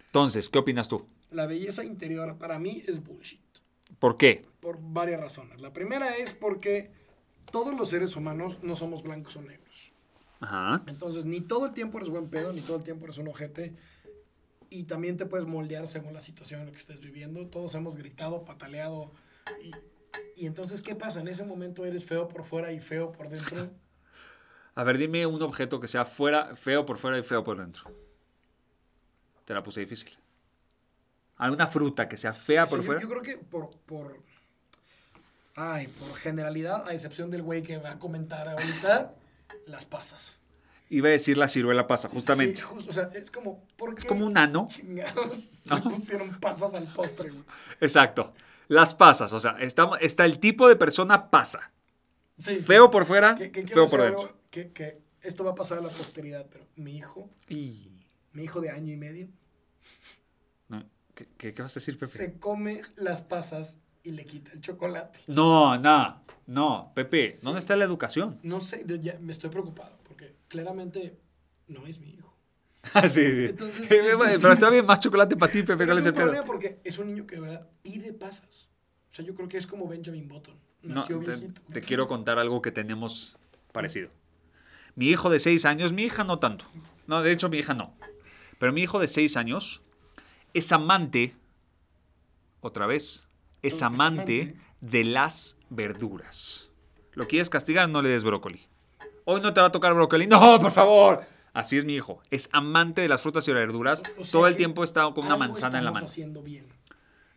[SPEAKER 2] Entonces, ¿qué opinas tú?
[SPEAKER 1] La belleza interior para mí es bullshit.
[SPEAKER 2] ¿Por qué?
[SPEAKER 1] Por varias razones. La primera es porque todos los seres humanos no somos blancos o negros.
[SPEAKER 2] Ajá.
[SPEAKER 1] Entonces, ni todo el tiempo eres buen pedo, ni todo el tiempo eres un ojete. Y también te puedes moldear según la situación en la que estés viviendo. Todos hemos gritado, pataleado. Y, y entonces, ¿qué pasa? En ese momento eres feo por fuera y feo por dentro.
[SPEAKER 2] A ver, dime un objeto que sea fuera, feo por fuera y feo por dentro. Te la puse difícil. ¿Alguna fruta que sea fea
[SPEAKER 1] O sea,
[SPEAKER 2] Ah, por
[SPEAKER 1] yo-
[SPEAKER 2] fuera?
[SPEAKER 1] Yo, creo que por, por. Ay, por generalidad, a excepción del güey que va a comentar ahorita, las pasas.
[SPEAKER 2] Iba a decir la ciruela pasa, justamente.
[SPEAKER 1] Sí, justo, o sea, es como. ¿por qué
[SPEAKER 2] Es como un ano.
[SPEAKER 1] Chingados.
[SPEAKER 2] ¿No?
[SPEAKER 1] Le pusieron pasas al postre, güey.
[SPEAKER 2] Exacto. Las pasas, o sea, estamos, está el tipo de persona pasa.
[SPEAKER 1] Sí, sí,
[SPEAKER 2] Feo
[SPEAKER 1] sí.
[SPEAKER 2] por fuera,
[SPEAKER 1] Que- que quiero
[SPEAKER 2] feo por
[SPEAKER 1] hacer
[SPEAKER 2] dentro.
[SPEAKER 1] algo Que, que esto va a pasar a la posteridad, pero mi hijo,
[SPEAKER 2] Y...
[SPEAKER 1] mi hijo de año y medio,
[SPEAKER 2] no, ¿Qué, qué, qué vas a decir, Pepe?
[SPEAKER 1] se come las pasas y le quita el chocolate.
[SPEAKER 2] No, no, no, Pepe, ¿dónde está la educación?
[SPEAKER 1] No sé, de- ya me estoy preocupado, porque claramente no es mi hijo.
[SPEAKER 2] Ah, sí, sí.
[SPEAKER 1] Entonces,
[SPEAKER 2] Pero está bien, más chocolate para ti, Pepe,
[SPEAKER 1] Pero
[SPEAKER 2] ¿cuál
[SPEAKER 1] es
[SPEAKER 2] es
[SPEAKER 1] un
[SPEAKER 2] el pedo?
[SPEAKER 1] problema porque es un niño que de verdad pide pasas. O sea, yo creo que es como Benjamin Button.
[SPEAKER 2] No,
[SPEAKER 1] Nació
[SPEAKER 2] te,
[SPEAKER 1] viejito.
[SPEAKER 2] te quiero contar algo que tenemos parecido. Mi hijo de 6 años, mi hija no tanto. No, de hecho, mi hija no. Pero mi hijo de 6 años es amante, otra vez, es
[SPEAKER 1] Es
[SPEAKER 2] amante
[SPEAKER 1] amante.
[SPEAKER 2] de las verduras. ¿Lo quieres castigar? No le des brócoli. Hoy no te va a tocar brócoli. No, por favor. Así es mi hijo. Es amante de las frutas y las verduras.
[SPEAKER 1] O- o sea
[SPEAKER 2] Todo el
[SPEAKER 1] que
[SPEAKER 2] tiempo está con una
[SPEAKER 1] algo
[SPEAKER 2] manzana en la
[SPEAKER 1] estamos
[SPEAKER 2] mano.
[SPEAKER 1] haciendo bien.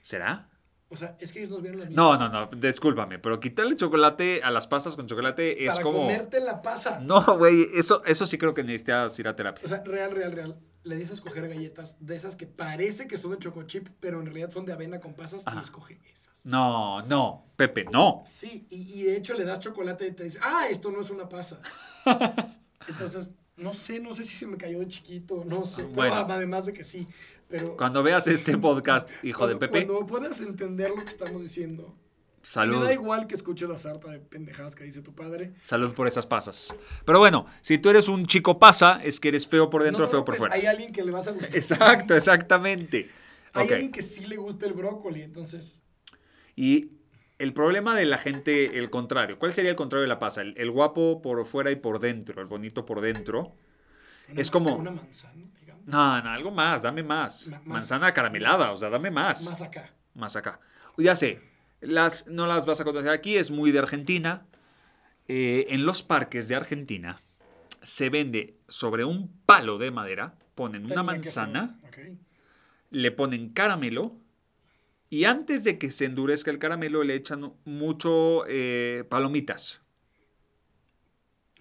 [SPEAKER 2] ¿Será?
[SPEAKER 1] O sea, es que ellos nos vieron la
[SPEAKER 2] No, no, no, discúlpame, pero quitarle chocolate a las pastas con chocolate es
[SPEAKER 1] Para
[SPEAKER 2] como...
[SPEAKER 1] comerte la pasa.
[SPEAKER 2] No, güey, eso, eso sí creo que necesitas ir a terapia.
[SPEAKER 1] O sea, real, real, real. Le dices escoger galletas de esas que parece que son de choco chip, pero en realidad son de avena con pasas
[SPEAKER 2] Ajá.
[SPEAKER 1] y escoge esas.
[SPEAKER 2] No, no, Pepe, no.
[SPEAKER 1] Sí, y, y de hecho le das chocolate y te dice, ah, esto no es una pasa. Entonces, no sé, no sé si se me cayó de chiquito, no sé. pero
[SPEAKER 2] Ah, Bueno.
[SPEAKER 1] además de que sí, pero...
[SPEAKER 2] Cuando veas este podcast, hijo
[SPEAKER 1] cuando-
[SPEAKER 2] de Pepe,
[SPEAKER 1] Cuando puedas entender lo que estamos diciendo. Me
[SPEAKER 2] salud.
[SPEAKER 1] da igual que escuche la sarta de pendejadas que dice tu padre.
[SPEAKER 2] Salud por esas pasas. Pero bueno, si tú eres un chico pasa, es que eres feo por dentro,
[SPEAKER 1] No pues, te
[SPEAKER 2] feo por
[SPEAKER 1] preocupes,
[SPEAKER 2] fuera.
[SPEAKER 1] Hay alguien que le vas a gustar.
[SPEAKER 2] Exacto, exactamente.
[SPEAKER 1] Hay
[SPEAKER 2] Ok.
[SPEAKER 1] alguien que sí le gusta el brócoli, entonces...
[SPEAKER 2] Y el problema de la gente, el contrario. ¿Cuál sería el contrario de la pasa? El, el guapo por fuera y por dentro, el bonito por dentro.
[SPEAKER 1] una
[SPEAKER 2] Es
[SPEAKER 1] ma-
[SPEAKER 2] como-
[SPEAKER 1] Una manzana, digamos.
[SPEAKER 2] No, no, algo más, dame más.
[SPEAKER 1] Ma- más-
[SPEAKER 2] Manzana caramelada, o sea, dame más.
[SPEAKER 1] Más acá.
[SPEAKER 2] más acá. Ya sé, las, no las vas a conocer aquí, es muy de Argentina. Eh, en los parques de Argentina se vende sobre un palo de madera, ponen una
[SPEAKER 1] Tenía que ser-
[SPEAKER 2] manzana,
[SPEAKER 1] ok.
[SPEAKER 2] le ponen caramelo y antes de que se endurezca el caramelo le echan mucho eh, palomitas.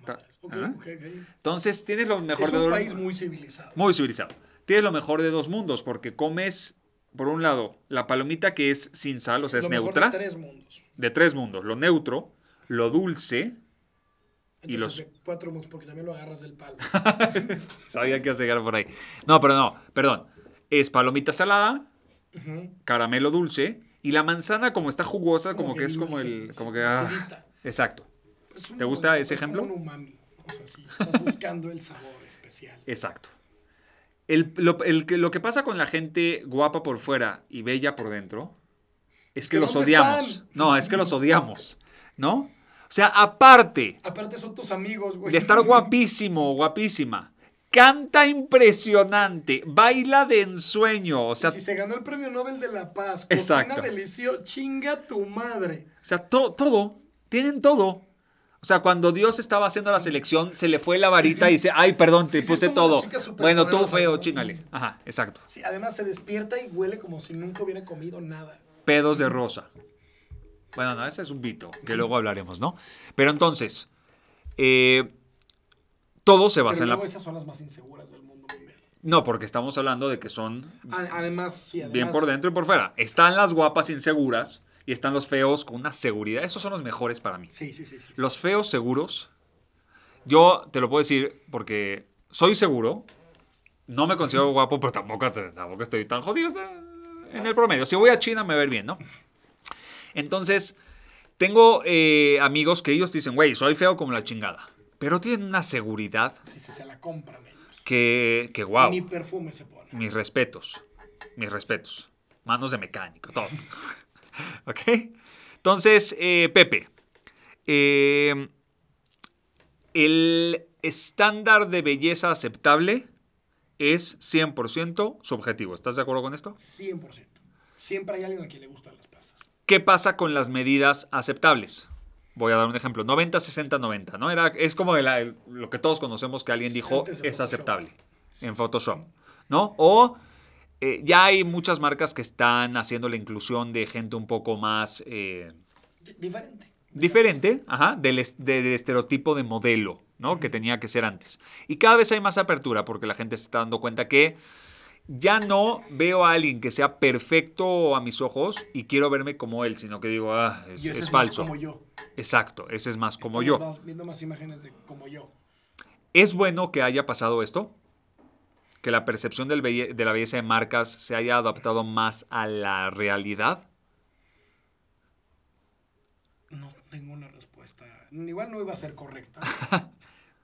[SPEAKER 2] Ta-
[SPEAKER 1] Madres. Ok,
[SPEAKER 2] ajá.
[SPEAKER 1] ok, ok.
[SPEAKER 2] Entonces tienes lo mejor
[SPEAKER 1] Es
[SPEAKER 2] de
[SPEAKER 1] un
[SPEAKER 2] dos-
[SPEAKER 1] país muy civilizado.
[SPEAKER 2] muy civilizado. Tienes lo mejor de dos mundos porque comes por un lado la palomita que es sin sal, o sea, es
[SPEAKER 1] Lo mejor
[SPEAKER 2] neutra.
[SPEAKER 1] de tres mundos.
[SPEAKER 2] de tres mundos, lo neutro, lo dulce, Y
[SPEAKER 1] Entonces,
[SPEAKER 2] los-
[SPEAKER 1] de cuatro mundos, porque también lo agarras del palo.
[SPEAKER 2] sabía que ibas a llegar por ahí. No, pero no, perdón. Es palomita salada,
[SPEAKER 1] Ujú.
[SPEAKER 2] caramelo dulce y la manzana como está jugosa, como, que, es
[SPEAKER 1] dulce,
[SPEAKER 2] como el
[SPEAKER 1] sí,
[SPEAKER 2] como que ah,
[SPEAKER 1] acidita.
[SPEAKER 2] Exacto.
[SPEAKER 1] Es un-
[SPEAKER 2] ¿Te gusta ese
[SPEAKER 1] es como
[SPEAKER 2] ejemplo?
[SPEAKER 1] un umami. O sea, sí, estás buscando el sabor especial.
[SPEAKER 2] Exacto. El- lo, el que- lo que pasa con la gente guapa por fuera y bella por dentro es que
[SPEAKER 1] ¿Que
[SPEAKER 2] los
[SPEAKER 1] dónde
[SPEAKER 2] odiamos.
[SPEAKER 1] están?
[SPEAKER 2] No, es que los odiamos, ¿no? O sea, aparte
[SPEAKER 1] Aparte son tus amigos, güey.
[SPEAKER 2] de estar guapísimo o guapísima, canta impresionante, baila de ensueño, o sea,
[SPEAKER 1] si se ganó el premio Nobel de la Paz, cocina
[SPEAKER 2] Exacto.
[SPEAKER 1] delicioso, chinga tu madre.
[SPEAKER 2] O sea, to- todo, tienen todo. O sea, cuando Dios estaba haciendo la selección, se le fue la varita y dice, ay, perdón, te
[SPEAKER 1] Sí, sí, es
[SPEAKER 2] puse
[SPEAKER 1] como una
[SPEAKER 2] todo.
[SPEAKER 1] chica superpoderosa,
[SPEAKER 2] Bueno, tú feo,
[SPEAKER 1] ¿no?
[SPEAKER 2] chingale. Ajá, exacto.
[SPEAKER 1] Sí, además se despierta y huele como si nunca hubiera comido nada.
[SPEAKER 2] Pedos de rosa. Bueno, no, ese es un vito, que luego hablaremos, ¿no? Pero entonces, eh, todo se basa
[SPEAKER 1] Pero
[SPEAKER 2] en la...
[SPEAKER 1] luego esas son las más inseguras del mundo mundial.
[SPEAKER 2] No, porque estamos hablando de que son
[SPEAKER 1] A- Además, sí, además.
[SPEAKER 2] bien por dentro y por fuera. Están las guapas inseguras y están los feos con una seguridad. Esos son los mejores para mí.
[SPEAKER 1] Sí, sí, sí. sí.
[SPEAKER 2] Los feos seguros, yo te lo puedo decir porque soy seguro, no me considero guapo, pero tampoco, tampoco estoy tan jodido o sea, en el promedio. Si voy a China me va a ir bien, ¿no? Entonces, tengo eh, amigos que ellos dicen, güey, soy feo como la chingada, pero tienen una seguridad
[SPEAKER 1] Sí, sí, se la compran ellos.
[SPEAKER 2] que, que wow,
[SPEAKER 1] Ni perfume se pone.
[SPEAKER 2] mis respetos. mis respetos. Manos de mecánico, todo. ¿Ok? Entonces, eh, Pepe, eh, el estándar de belleza aceptable es 100% subjetivo. ¿Estás de acuerdo con esto?
[SPEAKER 1] 100%. Siempre hay alguien a quien le gustan las pasas.
[SPEAKER 2] ¿Qué pasa con las medidas aceptables? Voy a dar un ejemplo. 90, 60, 90, ¿no? Era, es como el- el- lo que todos conocemos que alguien dijo
[SPEAKER 1] Antes de
[SPEAKER 2] es
[SPEAKER 1] Photoshop.
[SPEAKER 2] aceptable en Photoshop, ¿no? O eh, ya hay muchas marcas que están haciendo la inclusión de gente un poco más eh,
[SPEAKER 1] D- diferente.
[SPEAKER 2] diferente, ajá, del, es- del estereotipo de modelo, ¿no? Que tenía que ser antes. Y cada vez hay más apertura porque la gente se está dando cuenta que ya no veo a alguien que sea perfecto a mis ojos y quiero verme como él, sino que digo, ah, es,
[SPEAKER 1] Y ese más
[SPEAKER 2] es falso.
[SPEAKER 1] Como yo. Este
[SPEAKER 2] Exacto, ese es más como
[SPEAKER 1] Estamos
[SPEAKER 2] yo.
[SPEAKER 1] más- viendo más imágenes de como yo.
[SPEAKER 2] ¿Es bueno que haya pasado esto? ¿Que la percepción del belle- de la belleza de marcas se haya adaptado más a la realidad?
[SPEAKER 1] No tengo una respuesta. Igual no iba a ser correcta.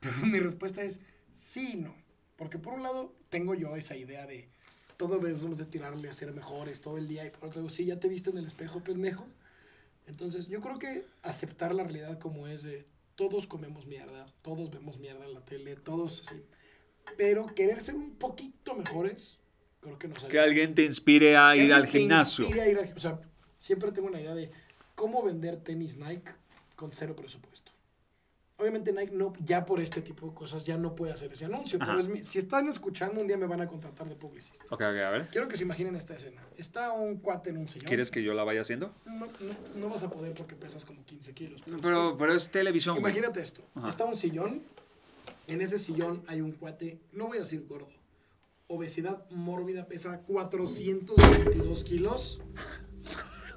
[SPEAKER 1] pero mi respuesta es sí y no. Porque por un lado tengo yo esa idea de todo somos de tirarle a ser mejores todo el día. Y por otro digo, sí, ya te viste en el espejo, pendejo. Entonces yo creo que aceptar la realidad como es de todos comemos mierda, todos vemos mierda en la tele, todos así. Pero querer ser un poquito mejores, creo que nos
[SPEAKER 2] Que
[SPEAKER 1] ayuda.
[SPEAKER 2] alguien te inspire a
[SPEAKER 1] Que
[SPEAKER 2] ir al
[SPEAKER 1] alguien te
[SPEAKER 2] gimnasio.
[SPEAKER 1] inspire a ir al- o sea, siempre tengo una idea de cómo vender tenis Nike con cero presupuesto. Obviamente Nike no, ya por este tipo de cosas ya no puede hacer ese anuncio.
[SPEAKER 2] Ajá.
[SPEAKER 1] Pero es mi- si están escuchando, un día me van a contratar de publicista.
[SPEAKER 2] Ok, ok, a ver.
[SPEAKER 1] Quiero que se imaginen esta escena. Está un cuate en un sillón.
[SPEAKER 2] ¿Quieres que yo la vaya haciendo?
[SPEAKER 1] No, no- no vas a poder porque pesas como 15 kilos. pero
[SPEAKER 2] Pero, pero es televisión. güey.
[SPEAKER 1] Imagínate esto.
[SPEAKER 2] Ajá.
[SPEAKER 1] Está un sillón. En ese sillón hay un cuate, no voy a decir gordo. Obesidad mórbida, pesa 422 kilos.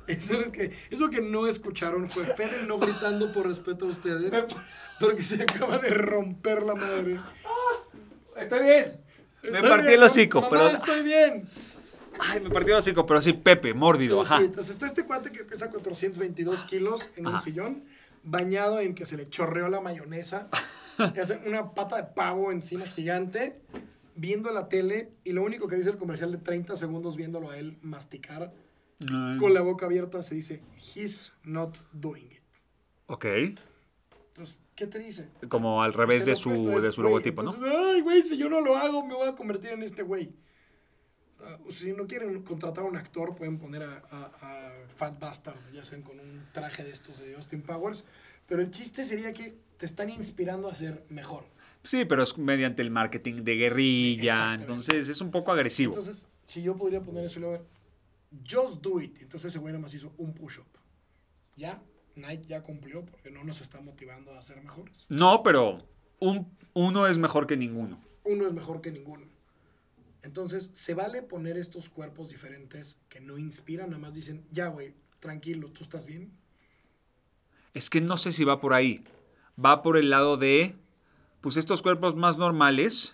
[SPEAKER 1] Eso que, eso que no escucharon fue Fede no gritando por respeto a ustedes, porque se acaba de romper la madre.
[SPEAKER 2] Ah, Estoy bien. Me
[SPEAKER 1] Estoy
[SPEAKER 2] partí
[SPEAKER 1] bien,
[SPEAKER 2] el hocico,
[SPEAKER 1] mamá,
[SPEAKER 2] pero.
[SPEAKER 1] estoy bien.
[SPEAKER 2] Ay, me partí el hocico, pero sí, Pepe, mórbido,
[SPEAKER 1] Entonces,
[SPEAKER 2] ajá.
[SPEAKER 1] sí, entonces está este cuate que pesa 422 kilos en un
[SPEAKER 2] Ajá.
[SPEAKER 1] sillón, bañado en que se le chorreó la mayonesa, y hace una pata de pavo encima gigante, viendo la tele, y lo único que dice el comercial de 30 segundos viéndolo a él masticar
[SPEAKER 2] Mm.
[SPEAKER 1] con la boca abierta se dice, he's not doing it.
[SPEAKER 2] Ok.
[SPEAKER 1] Entonces, ¿qué te dice?
[SPEAKER 2] Como al revés
[SPEAKER 1] Hacer lo
[SPEAKER 2] de
[SPEAKER 1] opuesto
[SPEAKER 2] su,
[SPEAKER 1] es,
[SPEAKER 2] de su
[SPEAKER 1] güey,
[SPEAKER 2] logotipo, ¿no?
[SPEAKER 1] entonces, Ay, güey, si yo no lo hago, me voy a convertir en este güey. Ah, si no quieren contratar a un actor, pueden poner a, a- a Fat Bastard, ya sean con un traje de estos de Austin Powers. Pero el chiste sería que te están inspirando a ser mejor.
[SPEAKER 2] Sí, pero es mediante el marketing de guerrilla.
[SPEAKER 1] Exactamente.
[SPEAKER 2] Entonces es un poco agresivo.
[SPEAKER 1] Entonces, si yo podría poner eso y luego, just do it. Entonces ese güey nada más hizo un push-up. Ya, Nike ya cumplió porque no nos está motivando a ser mejores.
[SPEAKER 2] No, pero un- uno es mejor que ninguno.
[SPEAKER 1] uno es mejor que ninguno. Entonces, se vale poner estos cuerpos diferentes que no inspiran, nada más dicen, ya, güey, tranquilo, tú estás bien.
[SPEAKER 2] Es que no sé si va por ahí. Va por el lado de, pues estos cuerpos más normales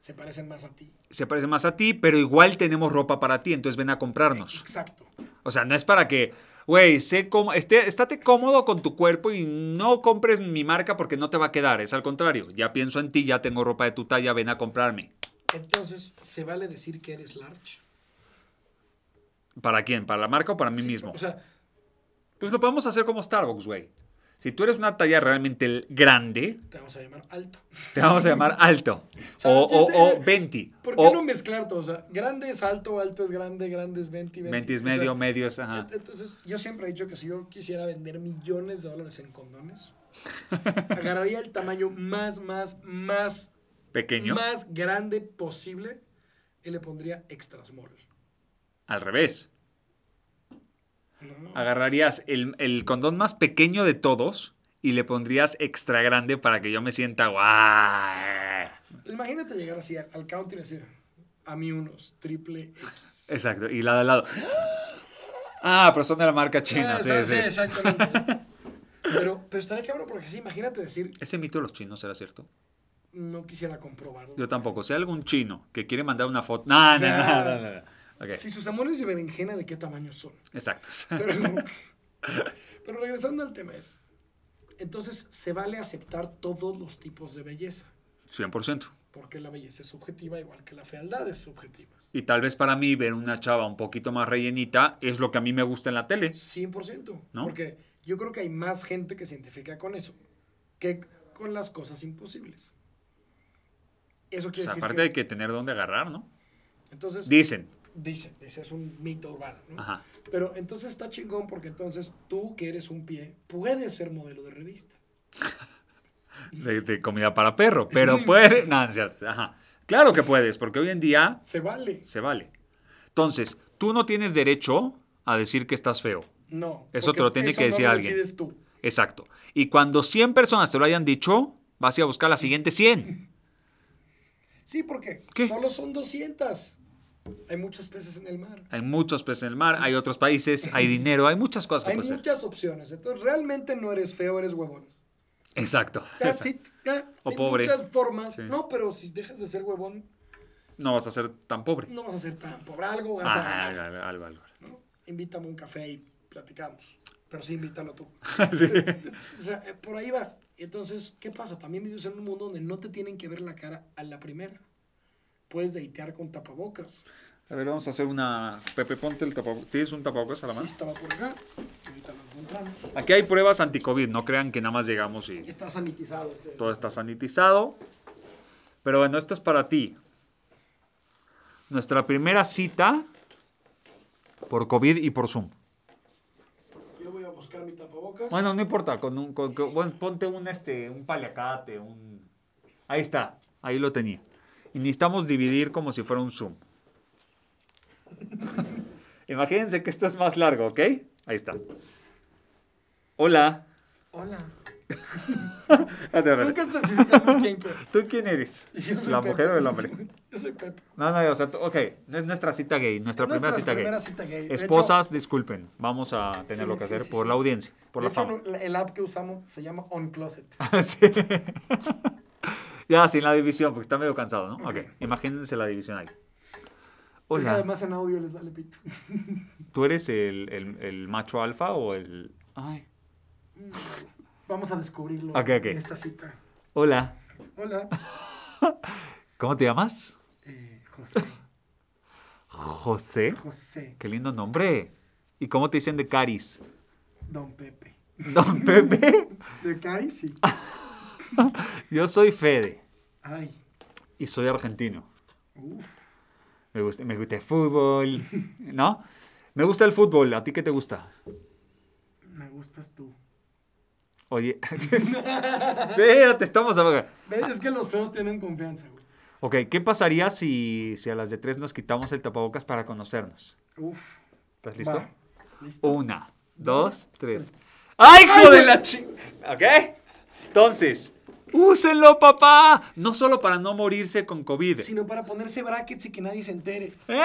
[SPEAKER 1] Se parecen más a ti.
[SPEAKER 2] se parecen más a ti, pero igual tenemos ropa para ti, entonces ven a comprarnos.
[SPEAKER 1] Exacto.
[SPEAKER 2] O sea, no es para que, güey, sé cómo, esté, estate cómodo con tu cuerpo y no compres mi marca porque no te va a quedar. Es al contrario, ya pienso en ti, ya tengo ropa de tu talla, ven a comprarme.
[SPEAKER 1] Entonces, se vale decir que eres large.
[SPEAKER 2] ¿Para quién? ¿Para la marca o para mí
[SPEAKER 1] Sí,
[SPEAKER 2] mismo?
[SPEAKER 1] O sea,
[SPEAKER 2] Pues lo podemos hacer como Starbucks, güey. Si tú eres una talla realmente l- grande,
[SPEAKER 1] te vamos a llamar alto.
[SPEAKER 2] te vamos a llamar alto.
[SPEAKER 1] sea,
[SPEAKER 2] O,
[SPEAKER 1] el chiste
[SPEAKER 2] o, o
[SPEAKER 1] es-
[SPEAKER 2] 20.
[SPEAKER 1] ¿Por qué
[SPEAKER 2] o
[SPEAKER 1] no mezclar todo? O sea, grande es alto, alto es grande, grande es 20, 20.
[SPEAKER 2] 20 es
[SPEAKER 1] O sea,
[SPEAKER 2] medio, medio es... Ajá.
[SPEAKER 1] ent- Entonces, yo siempre he dicho que si yo quisiera vender millones de dólares en condones, agarraría el tamaño más, más, más
[SPEAKER 2] Pequeño.
[SPEAKER 1] más grande posible y le pondría extra small.
[SPEAKER 2] Al revés.
[SPEAKER 1] ¿no?
[SPEAKER 2] agarrarías el, el condón más pequeño de todos y le pondrías extra grande para que yo me sienta guay.
[SPEAKER 1] Imagínate llegar así al, al counter y decir, a mí unos, triple X.
[SPEAKER 2] Exacto, y la de al lado. Ah, pero son de la marca china,
[SPEAKER 1] Ah,
[SPEAKER 2] sí,
[SPEAKER 1] esa-
[SPEAKER 2] sí.
[SPEAKER 1] exactamente. pero, pero estaría cabrón porque sí, imagínate decir,
[SPEAKER 2] Ese mito de los chinos será cierto.
[SPEAKER 1] no quisiera comprobarlo.
[SPEAKER 2] Yo tampoco. Si hay algún chino que quiere mandar una foto. No, no, no, no, no, no. Ok,
[SPEAKER 1] Si sus amores de berenjena, ¿de qué tamaño son?
[SPEAKER 2] exacto.
[SPEAKER 1] Pero, pero regresando al tema es, entonces se vale aceptar todos los tipos de belleza.
[SPEAKER 2] 100%.
[SPEAKER 1] Porque la belleza es subjetiva, igual que la fealdad es subjetiva.
[SPEAKER 2] Y tal vez para mí ver una chava un poquito más rellenita es lo que a mí me gusta en la tele.
[SPEAKER 1] 100%.
[SPEAKER 2] ¿No?
[SPEAKER 1] Porque yo creo que hay más gente que se identifica con eso que con las cosas imposibles. Eso
[SPEAKER 2] Pues
[SPEAKER 1] quiere decir
[SPEAKER 2] aparte
[SPEAKER 1] que-
[SPEAKER 2] hay que tener dónde agarrar, ¿no?
[SPEAKER 1] Entonces,
[SPEAKER 2] Dicen.
[SPEAKER 1] dicen, ese es un mito urbano, ¿no?
[SPEAKER 2] Ajá.
[SPEAKER 1] Pero entonces está chingón porque entonces tú, que eres un pie, puedes ser modelo de revista.
[SPEAKER 2] De, de comida para perro. Pero puede. No, no es cierto. Ajá. Claro que puedes, porque hoy en día
[SPEAKER 1] Se vale.
[SPEAKER 2] se vale. Entonces, tú no tienes derecho a decir que estás feo.
[SPEAKER 1] No.
[SPEAKER 2] Eso
[SPEAKER 1] porque
[SPEAKER 2] te lo tiene
[SPEAKER 1] eso
[SPEAKER 2] que
[SPEAKER 1] no
[SPEAKER 2] decir
[SPEAKER 1] lo
[SPEAKER 2] alguien.
[SPEAKER 1] decides tú.
[SPEAKER 2] Exacto. Y cuando 100 personas te lo hayan dicho, vas a ir a buscar las siguientes 100.
[SPEAKER 1] Sí, porque
[SPEAKER 2] ¿Qué?
[SPEAKER 1] solo son 200. Hay muchos peces en el mar.
[SPEAKER 2] Hay muchos peces en el mar, hay otros países, hay dinero, hay muchas cosas que
[SPEAKER 1] Hay
[SPEAKER 2] puedes hacer.
[SPEAKER 1] muchas opciones. Entonces, realmente no eres feo, eres huevón.
[SPEAKER 2] Exacto.
[SPEAKER 1] That's
[SPEAKER 2] Exacto.
[SPEAKER 1] it, ya.
[SPEAKER 2] O
[SPEAKER 1] Hay
[SPEAKER 2] pobre.
[SPEAKER 1] muchas formas.
[SPEAKER 2] Sí.
[SPEAKER 1] No, pero si dejas de ser huevón,
[SPEAKER 2] No vas a ser tan pobre.
[SPEAKER 1] no vas a ser tan pobre. Algo vas a
[SPEAKER 2] Ah,
[SPEAKER 1] ganar,
[SPEAKER 2] algo, algo, algo.
[SPEAKER 1] ¿no? Invítame un café y platicamos. Pero sí, invítalo tú.
[SPEAKER 2] Sí.
[SPEAKER 1] O sea, eh, por ahí va. Entonces, ¿qué pasa? También vivimos en un mundo donde no te tienen que ver la cara a la primera. Puedes deitear con tapabocas.
[SPEAKER 2] A ver, vamos a hacer una. Pepe, ponte el tapabocas. ¿Tienes un tapabocas a la
[SPEAKER 1] Sí,
[SPEAKER 2] mano?
[SPEAKER 1] estaba por acá. Ahorita lo encontramos.
[SPEAKER 2] Aquí hay pruebas anti-COVID. No crean que nada más llegamos y
[SPEAKER 1] Está sanitizado este.
[SPEAKER 2] todo está sanitizado. Pero bueno, esto es para ti. Nuestra primera cita por COVID y por Zoom.
[SPEAKER 1] Yo voy a buscar mi tapabocas.
[SPEAKER 2] Bueno, no importa, con un, con- con- bueno, ponte un, este, un paliacate, un... Ahí está, ahí lo tenía. Y necesitamos dividir como si fuera un zoom. Imagínense que esto es más largo, ¿ok? Ahí está. Hola.
[SPEAKER 1] Hola.
[SPEAKER 2] Espérate, espérate.
[SPEAKER 1] Nunca especificamos quién fue.
[SPEAKER 2] ¿Tú quién eres?
[SPEAKER 1] Yo soy
[SPEAKER 2] ¿La
[SPEAKER 1] Pepe.
[SPEAKER 2] mujer o el hombre?
[SPEAKER 1] Yo soy Pepe.
[SPEAKER 2] No, no, o sea, tú- ok, no es nuestra cita gay, nuestra, primera
[SPEAKER 1] Nuestra
[SPEAKER 2] cita
[SPEAKER 1] primera
[SPEAKER 2] gay.
[SPEAKER 1] cita gay. De hecho-
[SPEAKER 2] Esposas, disculpen, vamos a tener
[SPEAKER 1] Sí,
[SPEAKER 2] lo que
[SPEAKER 1] sí,
[SPEAKER 2] hacer
[SPEAKER 1] sí,
[SPEAKER 2] por
[SPEAKER 1] sí.
[SPEAKER 2] la audiencia, por
[SPEAKER 1] de
[SPEAKER 2] la
[SPEAKER 1] hecho,
[SPEAKER 2] fama.
[SPEAKER 1] lo- el app que usamos se llama On Closet.
[SPEAKER 2] Sí. ya, sin la división, porque está medio cansado, ¿no? Ok, imagínense la división ahí.
[SPEAKER 1] Es que
[SPEAKER 2] Hola,
[SPEAKER 1] además en audio les vale pito.
[SPEAKER 2] ¿tú eres el, el- el macho alfa o el...? Ay.
[SPEAKER 1] Vamos a descubrirlo
[SPEAKER 2] Ok, ok.
[SPEAKER 1] en esta cita.
[SPEAKER 2] Hola,
[SPEAKER 1] Hola,
[SPEAKER 2] ¿cómo te llamas?
[SPEAKER 1] eh, José.
[SPEAKER 2] José.
[SPEAKER 1] José,
[SPEAKER 2] Qué lindo nombre. ¿Y cómo te dicen de Caris?
[SPEAKER 1] Don Pepe.
[SPEAKER 2] Don Pepe.
[SPEAKER 1] De Cari, sí.
[SPEAKER 2] Yo soy Fede
[SPEAKER 1] Ay,
[SPEAKER 2] y soy argentino.
[SPEAKER 1] uff.
[SPEAKER 2] Me gusta, me gusta el fútbol, ¿no? Me gusta el fútbol, ¿a ti qué te gusta?
[SPEAKER 1] Me gustas tú.
[SPEAKER 2] Oye, espérate, estamos a...
[SPEAKER 1] ¿Ves? Es que los feos tienen confianza, güey.
[SPEAKER 2] Ok, ¿qué pasaría si, si a las de tres nos quitamos el tapabocas para conocernos?
[SPEAKER 1] Uf.
[SPEAKER 2] ¿Estás listo?
[SPEAKER 1] Va. Listo.
[SPEAKER 2] Una, dos, tres. ¡Ay, hijo de la chi... ¿Ok? Entonces, úsenlo, papá. No solo para no morirse con COVID.
[SPEAKER 1] Sino para ponerse brackets y que nadie se entere.
[SPEAKER 2] ¿Eh?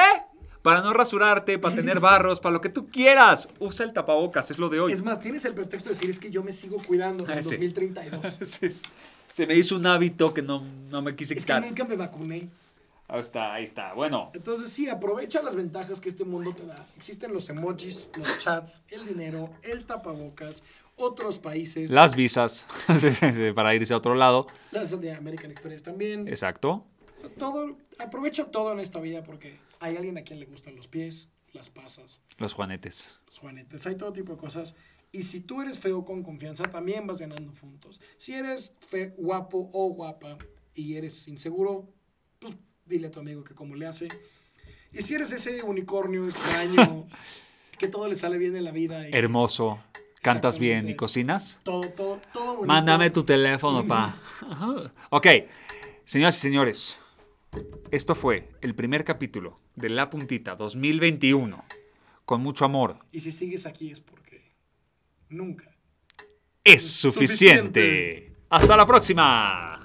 [SPEAKER 2] Para no rasurarte, para tener barros, para lo que tú quieras. Usa el tapabocas, es lo de hoy.
[SPEAKER 1] Es más, tienes el pretexto de decir es que yo me sigo cuidando en
[SPEAKER 2] Ah, sí.
[SPEAKER 1] 2032.
[SPEAKER 2] Sí, sí. Se me hizo un hábito que no, no me quise
[SPEAKER 1] es que
[SPEAKER 2] quitar.
[SPEAKER 1] nunca me vacuné.
[SPEAKER 2] Ahí está, ahí está. Bueno,
[SPEAKER 1] Entonces sí, aprovecha las ventajas que este mundo te da. Existen los emojis, los chats, el dinero, el tapabocas, otros países.
[SPEAKER 2] las visas sí, sí, sí, para irse a otro lado.
[SPEAKER 1] Las de American Express también.
[SPEAKER 2] Exacto.
[SPEAKER 1] Todo, aprovecha todo en esta vida porque hay alguien a quien le gustan los pies, las pasas,
[SPEAKER 2] Los juanetes.
[SPEAKER 1] los juanetes, pues, hay todo tipo de cosas. Y si tú eres feo con confianza, también vas ganando puntos. Si eres fe, guapo o guapa y eres inseguro, pues dile a tu amigo que cómo le hace. Y si eres ese unicornio extraño, que todo le sale bien en la vida y
[SPEAKER 2] hermoso, cantas bien y
[SPEAKER 1] Exactamente.
[SPEAKER 2] cocinas,
[SPEAKER 1] todo, todo, todo bonito.
[SPEAKER 2] mándame tu teléfono, pa. Ajá. ok, señoras y señores, esto fue el primer capítulo de La Puntita 2021, con mucho amor.
[SPEAKER 1] Y si sigues aquí es porque nunca
[SPEAKER 2] Es suficiente.
[SPEAKER 1] Suficiente.
[SPEAKER 2] Hasta la próxima.